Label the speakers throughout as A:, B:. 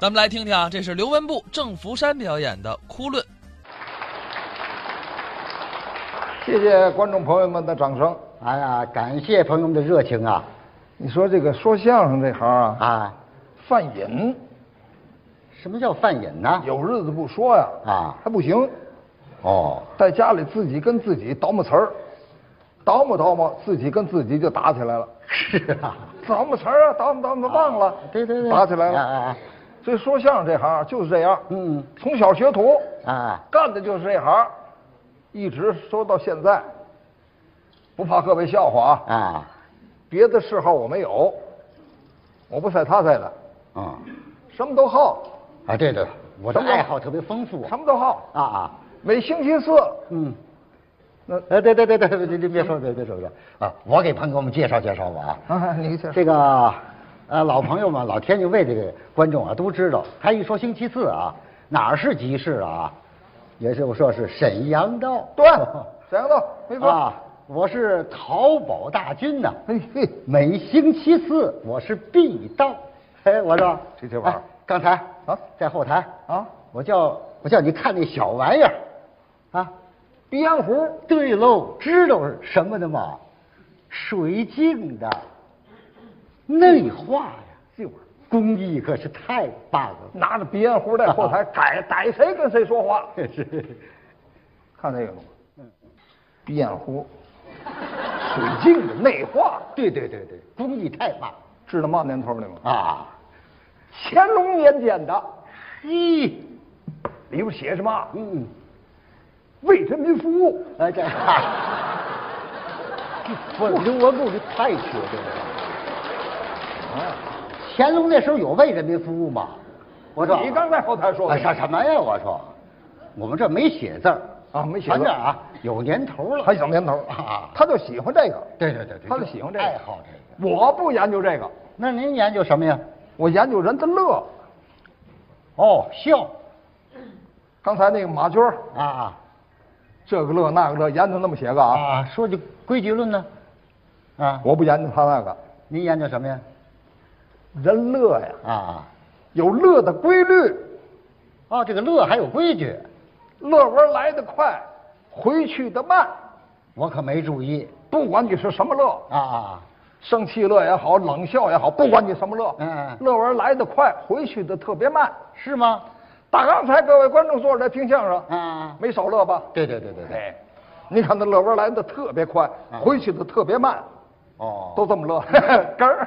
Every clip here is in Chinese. A: 咱们来听听啊，这是刘文步、郑福山表演的《哭论》。
B: 谢谢观众朋友们的掌声。
C: 哎呀，感谢朋友们的热情啊！
B: 你说这个说相声这行啊，
C: 啊，
B: 犯瘾，
C: 什么叫犯瘾呢？
B: 有日子不说呀，
C: 啊
B: 还不行，
C: 哦，
B: 在家里自己跟自己倒磨词儿，倒磨倒磨，自己跟自己就打起来了。
C: 是啊，
B: 倒磨词儿啊，倒磨倒磨忘了，
C: 对对对，
B: 打起来了。
C: 哎哎
B: 所以说相声这行啊就是这样，
C: 嗯
B: 从小学徒，
C: 哎啊，
B: 干的就是这行，一直说到现在，不怕各位笑话啊。
C: 啊，
B: 别的嗜好我没有，我不赛他赛的，
C: 嗯，
B: 什么都好，
C: 啊，对对，我的
B: 什么都
C: 爱好特别丰富
B: 什么都好。
C: 啊啊，
B: 每星期四，
C: 嗯，
B: 那
C: 哎，对对对对对，别别说别别说别说啊，我给朋友们介绍介绍吧啊。
B: 啊，你这
C: 这个呃老朋友们、老天津卫这个观众啊都知道，他一说星期四啊，哪儿是集市啊？也是我说是沈阳道，
B: 对，沈阳道没错。
C: 啊，我是淘宝大军呐、
B: 嘿嘿，
C: 每星期四我是必到。哎，我说
B: 这这玩意儿
C: 哎刚才
B: 啊
C: 在后台
B: 啊，
C: 我叫我叫你看那小玩意儿，啊，
B: 鼻烟壶
C: 对喽，知道是什么的吗？水镜的内画呀，这玩意儿工艺可是太棒 了。
B: 拿着鼻烟壶在后台逮逮谁跟谁说话，
C: 是，
B: 看这个了吗？
C: 嗯
B: 鼻烟壶，水镜的内化，
C: 对对对对，工艺太棒了
B: 知道嘛年头的吗？
C: 啊！
B: 乾隆年间的，
C: 嘿，
B: 里边写什么？
C: 嗯，
B: 为人民服务。
C: 哎这，嗨， 不是刘文步这太缺德了。啊乾隆那时候有为人民服务吗？我说
B: 你刚在后台说
C: 啊
B: 的
C: 什、什么呀？我说，我们这没写字儿
B: 啊没写字
C: 咱这啊有年头了。
B: 还小年头
C: 啊
B: 他就喜欢这个。
C: 对对对对，
B: 他就喜欢这个，
C: 爱好这个。
B: 我不研究这个，
C: 那您研究什么呀？
B: 我研究人的乐。
C: 哦，笑
B: 刚才那个马军儿
C: 啊
B: 这个乐那个乐，研究那么些个啊，
C: 啊！说句规矩论呢，啊，
B: 我不研究他那个。
C: 您研究什么呀？
B: 人乐呀，
C: 啊，
B: 有乐的规律，
C: 哦，这个乐还有规矩，
B: 乐纹来得快，回去的慢。
C: 我可没注意
B: 不管你是什么乐，
C: 啊啊。
B: 生气乐也好，冷笑也好，不管你什么乐，
C: 嗯
B: 乐纹来得快，回去的特别慢。
C: 是吗？
B: 打刚才各位观众坐着来听相声，
C: 啊，
B: 没少乐吧？
C: 对对对对对，
B: 哎，你看那乐纹来的特别快，
C: 啊
B: 回去的特别慢。
C: 哦嗯
B: 都
C: 都
B: 这么乐， 根 儿。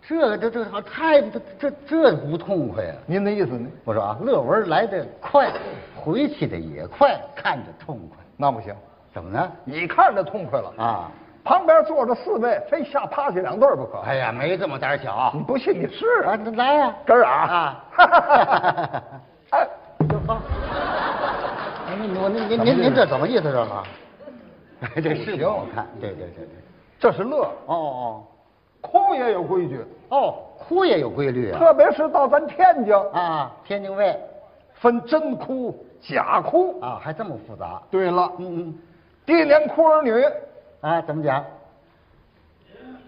C: 这个这这好太这这这不痛快啊！
B: 您的意思呢？
C: 我说啊，乐文来的快，回去的也快，看着痛快，
B: 那不行，
C: 怎么呢？
B: 你看着痛快了，
C: 啊，
B: 旁边坐着四位，非吓趴下两对儿不可。
C: 哎呀，没这么胆小啊
B: 你！不信你试啊，
C: 那来呀、
B: 根儿啊
C: 啊！
B: 哎，
C: 就放。哎，您我您您您您这怎么意思这是？ 这是挺好看，对对对对。
B: 这是乐，
C: 哦哦
B: 啊哭也有规矩，
C: 哦，哭也有规律啊。
B: 特别是到咱天津，
C: 啊，天津卫
B: 分真哭、假哭。
C: 啊，还这么复杂。
B: 对了，
C: 嗯嗯，
B: 低廉哭儿女，
C: 啊，怎么讲？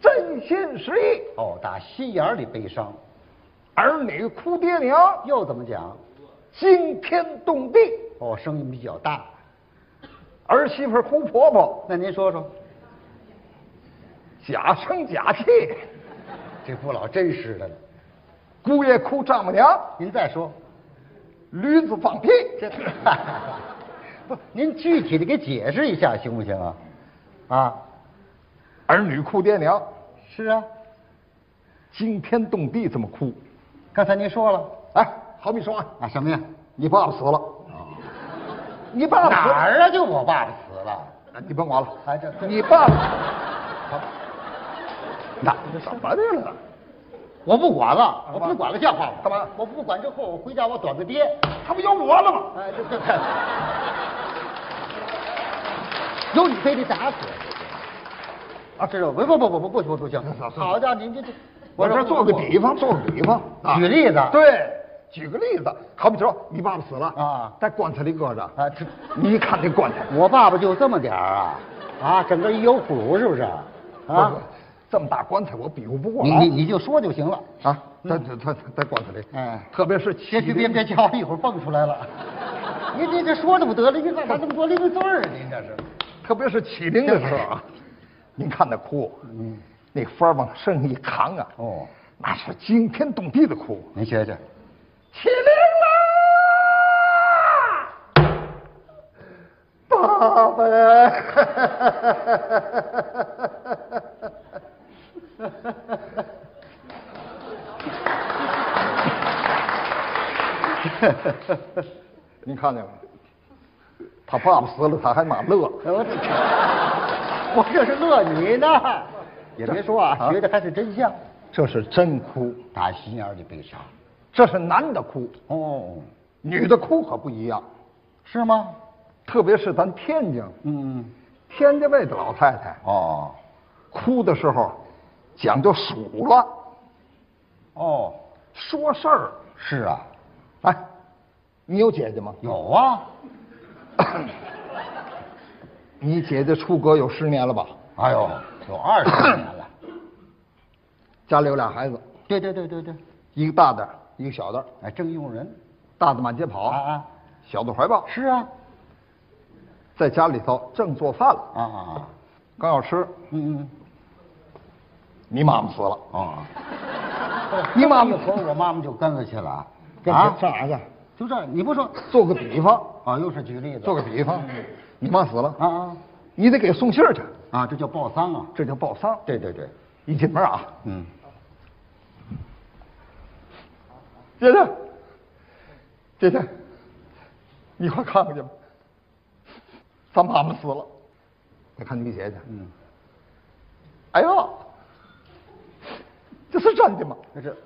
B: 真心实意；
C: 哦，打心眼儿里悲伤，
B: 儿女哭爹娘，
C: 又怎么讲？
B: 惊天动地。
C: 哦，声音比较大。
B: 儿媳妇儿哭婆婆，
C: 那您说说，
B: 假声假气；
C: 这不老真实的了。
B: 姑爷哭丈母娘，
C: 您再说，
B: 驴子放屁。
C: 这不，您具体的给解释一下行不行啊？啊，
B: 儿女哭爹娘，
C: 是啊，
B: 惊天动地这么哭。
C: 刚才您说了
B: 哎，好比说啊，
C: 啊什么呀？
B: 你爸爸死了，你爸爸死了
C: 哪儿啊？就我爸爸死了，
B: 你甭管了，
C: 哎这这
B: 你爸爸哪怎么的了？
C: 我不管了，我
B: 干嘛
C: 不管了，像话吗？
B: 干嘛
C: 我不管之后，我回家我短个爹。
B: 他不有我了吗？
C: 哎，这这这， 有你非得打死，啊，这种不不不不不不行不行，
B: 算了算了
C: 好家伙，你这这，
B: 我这
C: 说
B: 儿做个比方，做个比方，啊
C: 举例子
B: 对，举个例子，好比说你爸爸死了
C: 啊
B: 在棺材里搁着
C: 啊这啊
B: 你一看这棺材，
C: 我爸爸就这么点儿啊，啊，整个一油葫是不是？啊
B: 不是，这么大棺材我比划不过啊
C: 你
B: 来
C: 你你就说就行了。
B: 啊，在在在在棺材里，
C: 哎
B: 特别是
C: 别
B: 起
C: 别别别叫，一会儿蹦出来了。 你你这说这么得了，你干嘛这么多零碎儿啊？您这是？
B: 特别是起灵的时候啊，您看他哭，嗯，那幡儿往身上一扛啊，
C: 哦，
B: 那是惊天动地的哭，
C: 您学学，
B: 起灵了，爸爸呀！您看见没？他爸爸死了，他还妈乐。
C: 呃我这 我这是乐你呢。也别说啊，
B: 啊
C: 学的还是真像，
B: 这是真哭，
C: 打心眼儿里悲伤。
B: 这是男的哭，
C: 哦，
B: 女的哭可不一样。
C: 是吗？
B: 特别是咱天津，
C: 嗯，
B: 天津卫的老太太
C: 哦
B: 哭的时候，讲究数落，
C: 哦，
B: 说事儿。
C: 是啊，
B: 哎，你有姐姐吗？
C: 有啊。
B: 你姐姐出阁有十年了吧？
C: 哎呦，有二十年 了。
B: 家里有俩孩子，
C: 对对对对对，
B: 一个大的，一个小的，
C: 哎，正用人。
B: 大的满街跑，
C: 啊啊
B: 小的怀抱，
C: 是啊，
B: 在家里头正做饭了，
C: 啊啊啊，
B: 刚要吃，
C: 嗯嗯。
B: 你妈妈死了。
C: 哦，
B: 你妈妈
C: 一会儿哦我妈妈就跟了去了啊
B: 啊
C: 啊，，
B: 干啥去？
C: 就这样，你不说
B: 做个比方，
C: 啊？又是举例子，
B: 做个比方，你妈死了，
C: 啊啊
B: 你得给送信儿去，
C: 啊，这叫报丧啊！
B: 这叫报丧。
C: 对对对，
B: 一进门啊，
C: 嗯，
B: 姐姐，姐姐，你快看看去吧，咱妈妈死了。你看你姐姐，嗯，哎呦，这是真的吗？
C: 那是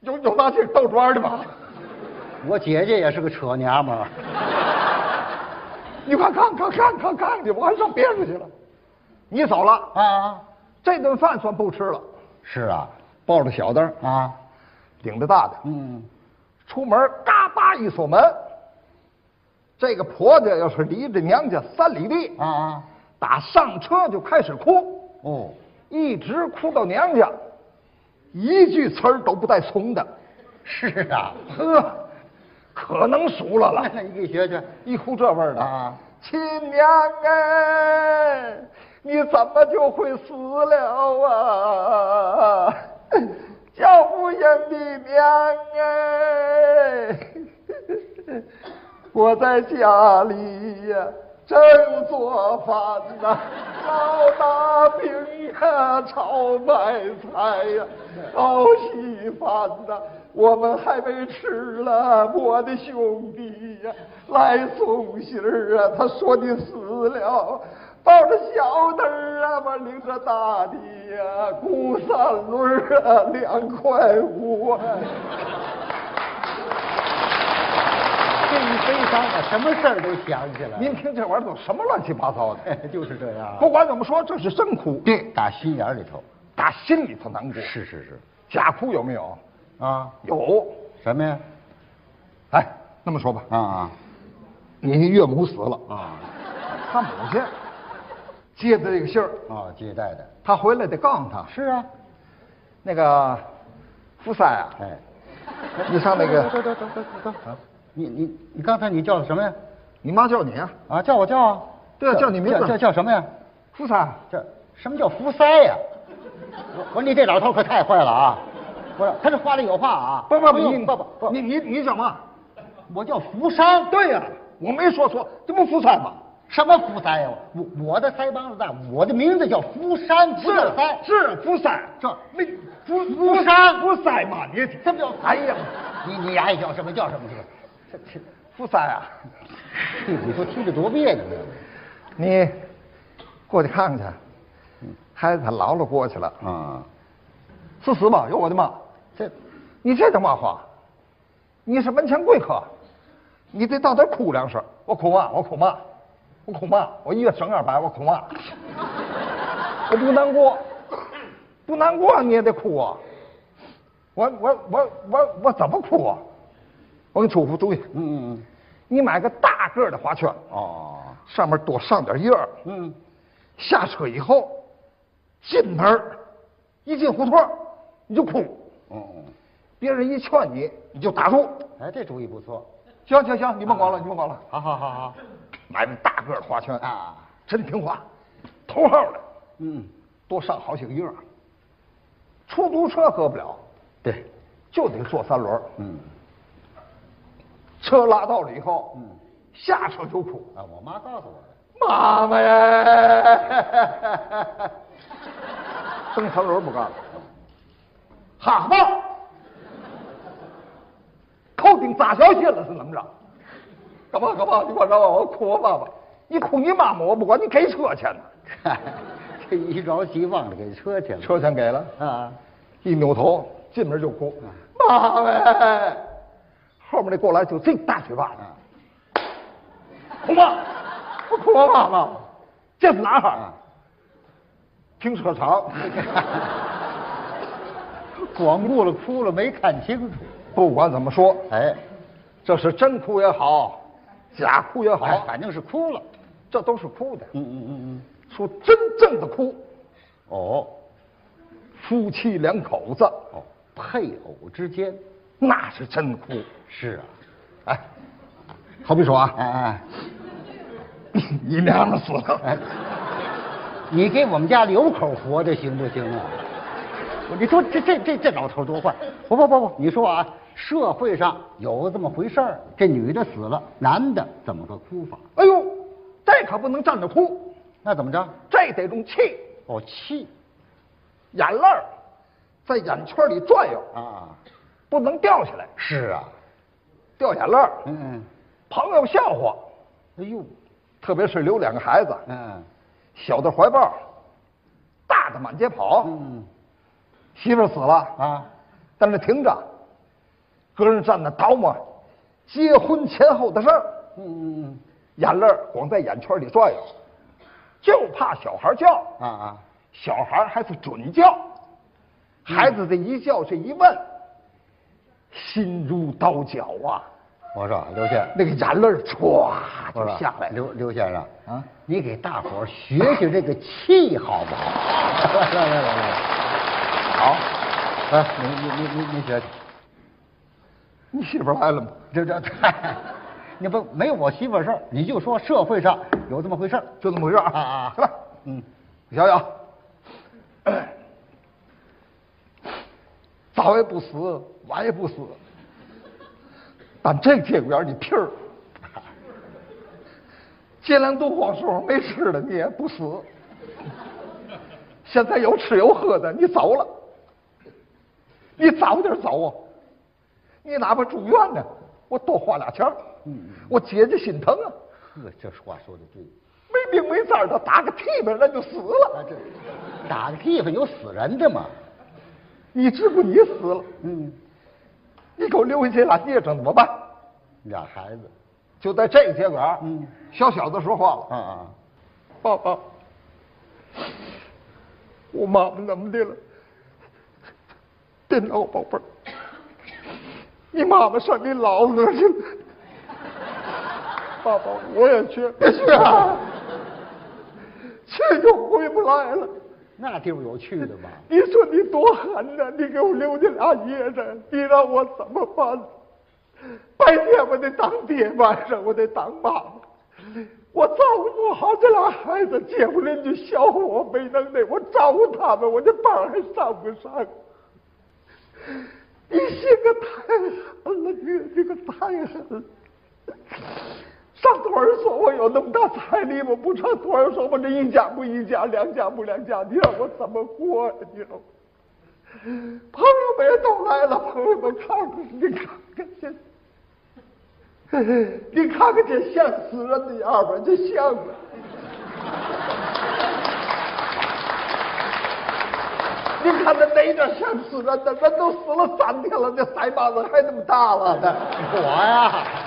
B: 有有那些倒装的吗？
C: 我姐姐也是个扯娘们儿，
B: 你快看看看看看去，我还上别处去了。你走了，
C: 啊啊，
B: 这顿饭算不吃了。
C: 是啊
B: 抱着小的儿，
C: 啊，
B: 领着大的，
C: 嗯，
B: 出门嘎巴一锁门，这个婆家要是离着娘家三里地，
C: 啊啊，
B: 打上车就开始哭，
C: 哦，
B: 一直哭到娘家，一句词儿都不带怂的，
C: 是 啊，
B: 呵，可能熟了了，
C: 那你给学学，
B: 一哭这味儿的
C: 啊
B: 亲娘哎，你怎么就会死了啊？ 叫不赢的娘啊哎， 我在家里呀、正做饭呐、烙大饼呀，炒白菜呀、熬稀饭呐、我们还没吃了，我的兄弟呀、来送信儿啊，他说你死了，抱着小的儿啊，我领着大的呀、雇三轮儿啊，两块五啊。
C: 这一悲伤，我什么事儿都想起来了，
B: 您听这玩意儿都什么乱七八糟的？
C: 就是这样，
B: 不管怎么说，这是真哭，
C: 对，打心眼儿里头，
B: 打心里头难过。
C: 是是是，
B: 假哭有没有？
C: 啊，
B: 有。
C: 什么呀？
B: 哎，那么说吧，
C: 啊啊
B: 你岳母死了，
C: 啊
B: 他母亲接的这个信儿，
C: 啊，接待的，
B: 他回来得告诉他，
C: 是啊，
B: 那个福三啊，
C: 哎。
B: 你上那
C: 等
B: 个，
C: 等等等等等，你你你刚才你叫什么呀？
B: 你妈叫你啊，
C: 啊，叫我叫啊？
B: 对啊叫你名字
C: 叫叫叫什么呀？
B: 福三，
C: 叫什么叫福塞呀？我我说你这老头可太坏了啊！不是，他这话里有话啊！
B: 不不
C: 用
B: 你
C: 不不不，
B: 你你你叫嘛？
C: 我叫福山，
B: 对呀，我没说错，这不福三吗？
C: 什么福塞呀？我我的腮帮子大，我的名字叫福山，不叫塞，
B: 是福三，
C: 这
B: 那福
C: 福山
B: 福三嘛，你
C: 这不叫
B: 哎呀，
C: 你你爱叫什么叫什么是吧？这
B: 福三啊，
C: 这这 你说听着多别扭啊呢！
B: 你过去看看去，孩子他姥姥过去了，
C: 嗯啊，
B: 是死吧？有我的妈！
C: 这
B: 你这叫嘛话？你是门前贵客，啊你得到这儿哭两声。我哭嘛？我哭嘛？我哭嘛？我一月省二百，我哭嘛？我不难过，不难过你也得哭啊！我我我我我怎么哭啊？我给你出副主意，
C: 嗯嗯
B: 你买个大个儿的花圈，啊
C: 哦，
B: 上面多上点叶儿，
C: 嗯，
B: 下车以后进门儿一进胡同儿你就哭，
C: 哦、嗯，
B: 别人一劝你你就打住。
C: 哎，这主意不错，
B: 行行行，你甭
C: 啊
B: 管了，你甭管了，
C: 好好好好，
B: 买那大个儿的花圈
C: 啊，
B: 真听话，头号的，
C: 嗯，
B: 多上好几个叶儿。出租车喝不了，
C: 对，
B: 就得坐三轮儿。
C: 嗯，
B: 车拉到了以后，
C: 嗯
B: 下车就哭，
C: 啊，我妈告诉我的，
B: 妈妈 呀！蹬三轮不干了，哈哈吧，头顶砸小心了是怎么着？干嘛干嘛？你管着我，我哭我爸爸，你哭你妈妈，我不管，你给车钱呢？
C: 这一着急忘了给车去了，
B: 车钱给了，
C: 啊，
B: 一扭头进门就哭，妈妈呀！后面那过来就这大嘴巴子。
C: 啊，
B: 哭妈，不哭我妈妈，这是哪哈？
C: 嗯
B: 儿？停车场，
C: 光顾了哭了，没看清楚，
B: 不管怎么说，
C: 哎，
B: 这是真哭也好，假哭也好，
C: 哎反正是哭了，
B: 这都是哭的。
C: 嗯嗯嗯嗯，
B: 说真正的哭，
C: 哦
B: 夫妻两口子，
C: 哦，配偶之间，
B: 那是真哭。
C: 是啊，
B: 哎，好比说啊，
C: 哎哎。
B: 你娘们死
C: 哎
B: 了，，
C: 你给我们家留口活着行不行啊？我你说这这这这老头多坏！不不不不，你说啊，社会上有这么回事儿，这女的死了，男的怎么个哭法？
B: 哎呦，这可不能站着哭，
C: 那怎么着？
B: 这得用气，
C: 哦，气
B: 眼泪儿在眼圈里转悠，
C: 啊！
B: 不能掉下来，
C: 是啊，
B: 掉眼泪儿，
C: 嗯嗯，
B: 朋友笑话。
C: 哎呦，
B: 特别是留两个孩子，
C: 嗯
B: 小的怀抱，大的满街跑。
C: 嗯
B: 媳妇儿死了，
C: 啊，
B: 但是停着，个人站那倒磨，结婚前后的事儿，
C: 嗯嗯嗯
B: 眼泪儿光在眼圈里转悠，就怕小孩叫，
C: 啊啊，
B: 小孩还是准叫，
C: 嗯
B: 孩子这一叫这一问，心如刀绞啊，
C: 我说刘先生，
B: 那个眼泪儿唰
C: 我
B: 就
C: 说
B: 下来了。
C: 刘刘先生
B: 啊，
C: 你给大伙儿学学这个气好 不好？来来来来来，好，来，啊你你你你你学学，
B: 你媳妇儿来了吗？
C: 这这， 你不没有我媳妇儿事儿，你就说社会上有这么回事儿
B: 就这么回事儿
C: 啊啊
B: 来，
C: 嗯，
B: 你想想，早也不死，晚也不死，但这节骨眼儿你屁儿，接粮度荒时候没吃的你也不死，现在有吃有喝的你走了，你早点走啊，你哪怕住院呢，我多花俩钱儿我姐姐心疼啊，
C: 呵，这话说的对，
B: 没病没灾儿的打个屁吧人就死了。
C: 啊这 打个屁股有死人的嘛，
B: 你知不？你死了，
C: 嗯，
B: 你给我留下这俩孽障怎么办？
C: 俩孩子，
B: 就在这个节骨眼儿
C: 嗯
B: 小小子说话了
C: 啊啊，：“
B: 爸爸，我妈妈怎么的了？电脑宝贝儿，你妈妈上你老子那儿去了。 爸爸，我也 去，别去啊，去就回不来了。”
C: 那地方有去的 吗？
B: 你说你多狠呐！你给我留下俩爷子，你让我怎么办？白天我得当爹，晚上我得当妈，我照顾不好这俩孩子，街坊邻居笑话我没能耐，我照顾他们，我这班还上不上？你性格太狠了，你这个太狠了。上托儿所我有那么大财力，我不上托儿所，我这一家不一家，两家不两家，你让我怎么过呀？你让我朋友们也都来了，朋友们看看，你看看这，你看看这像死人的样吧，这像啊吗？你看他哪点像死人的？人都死了三天了，这腮帮子还那么大了呢。
C: 我呀。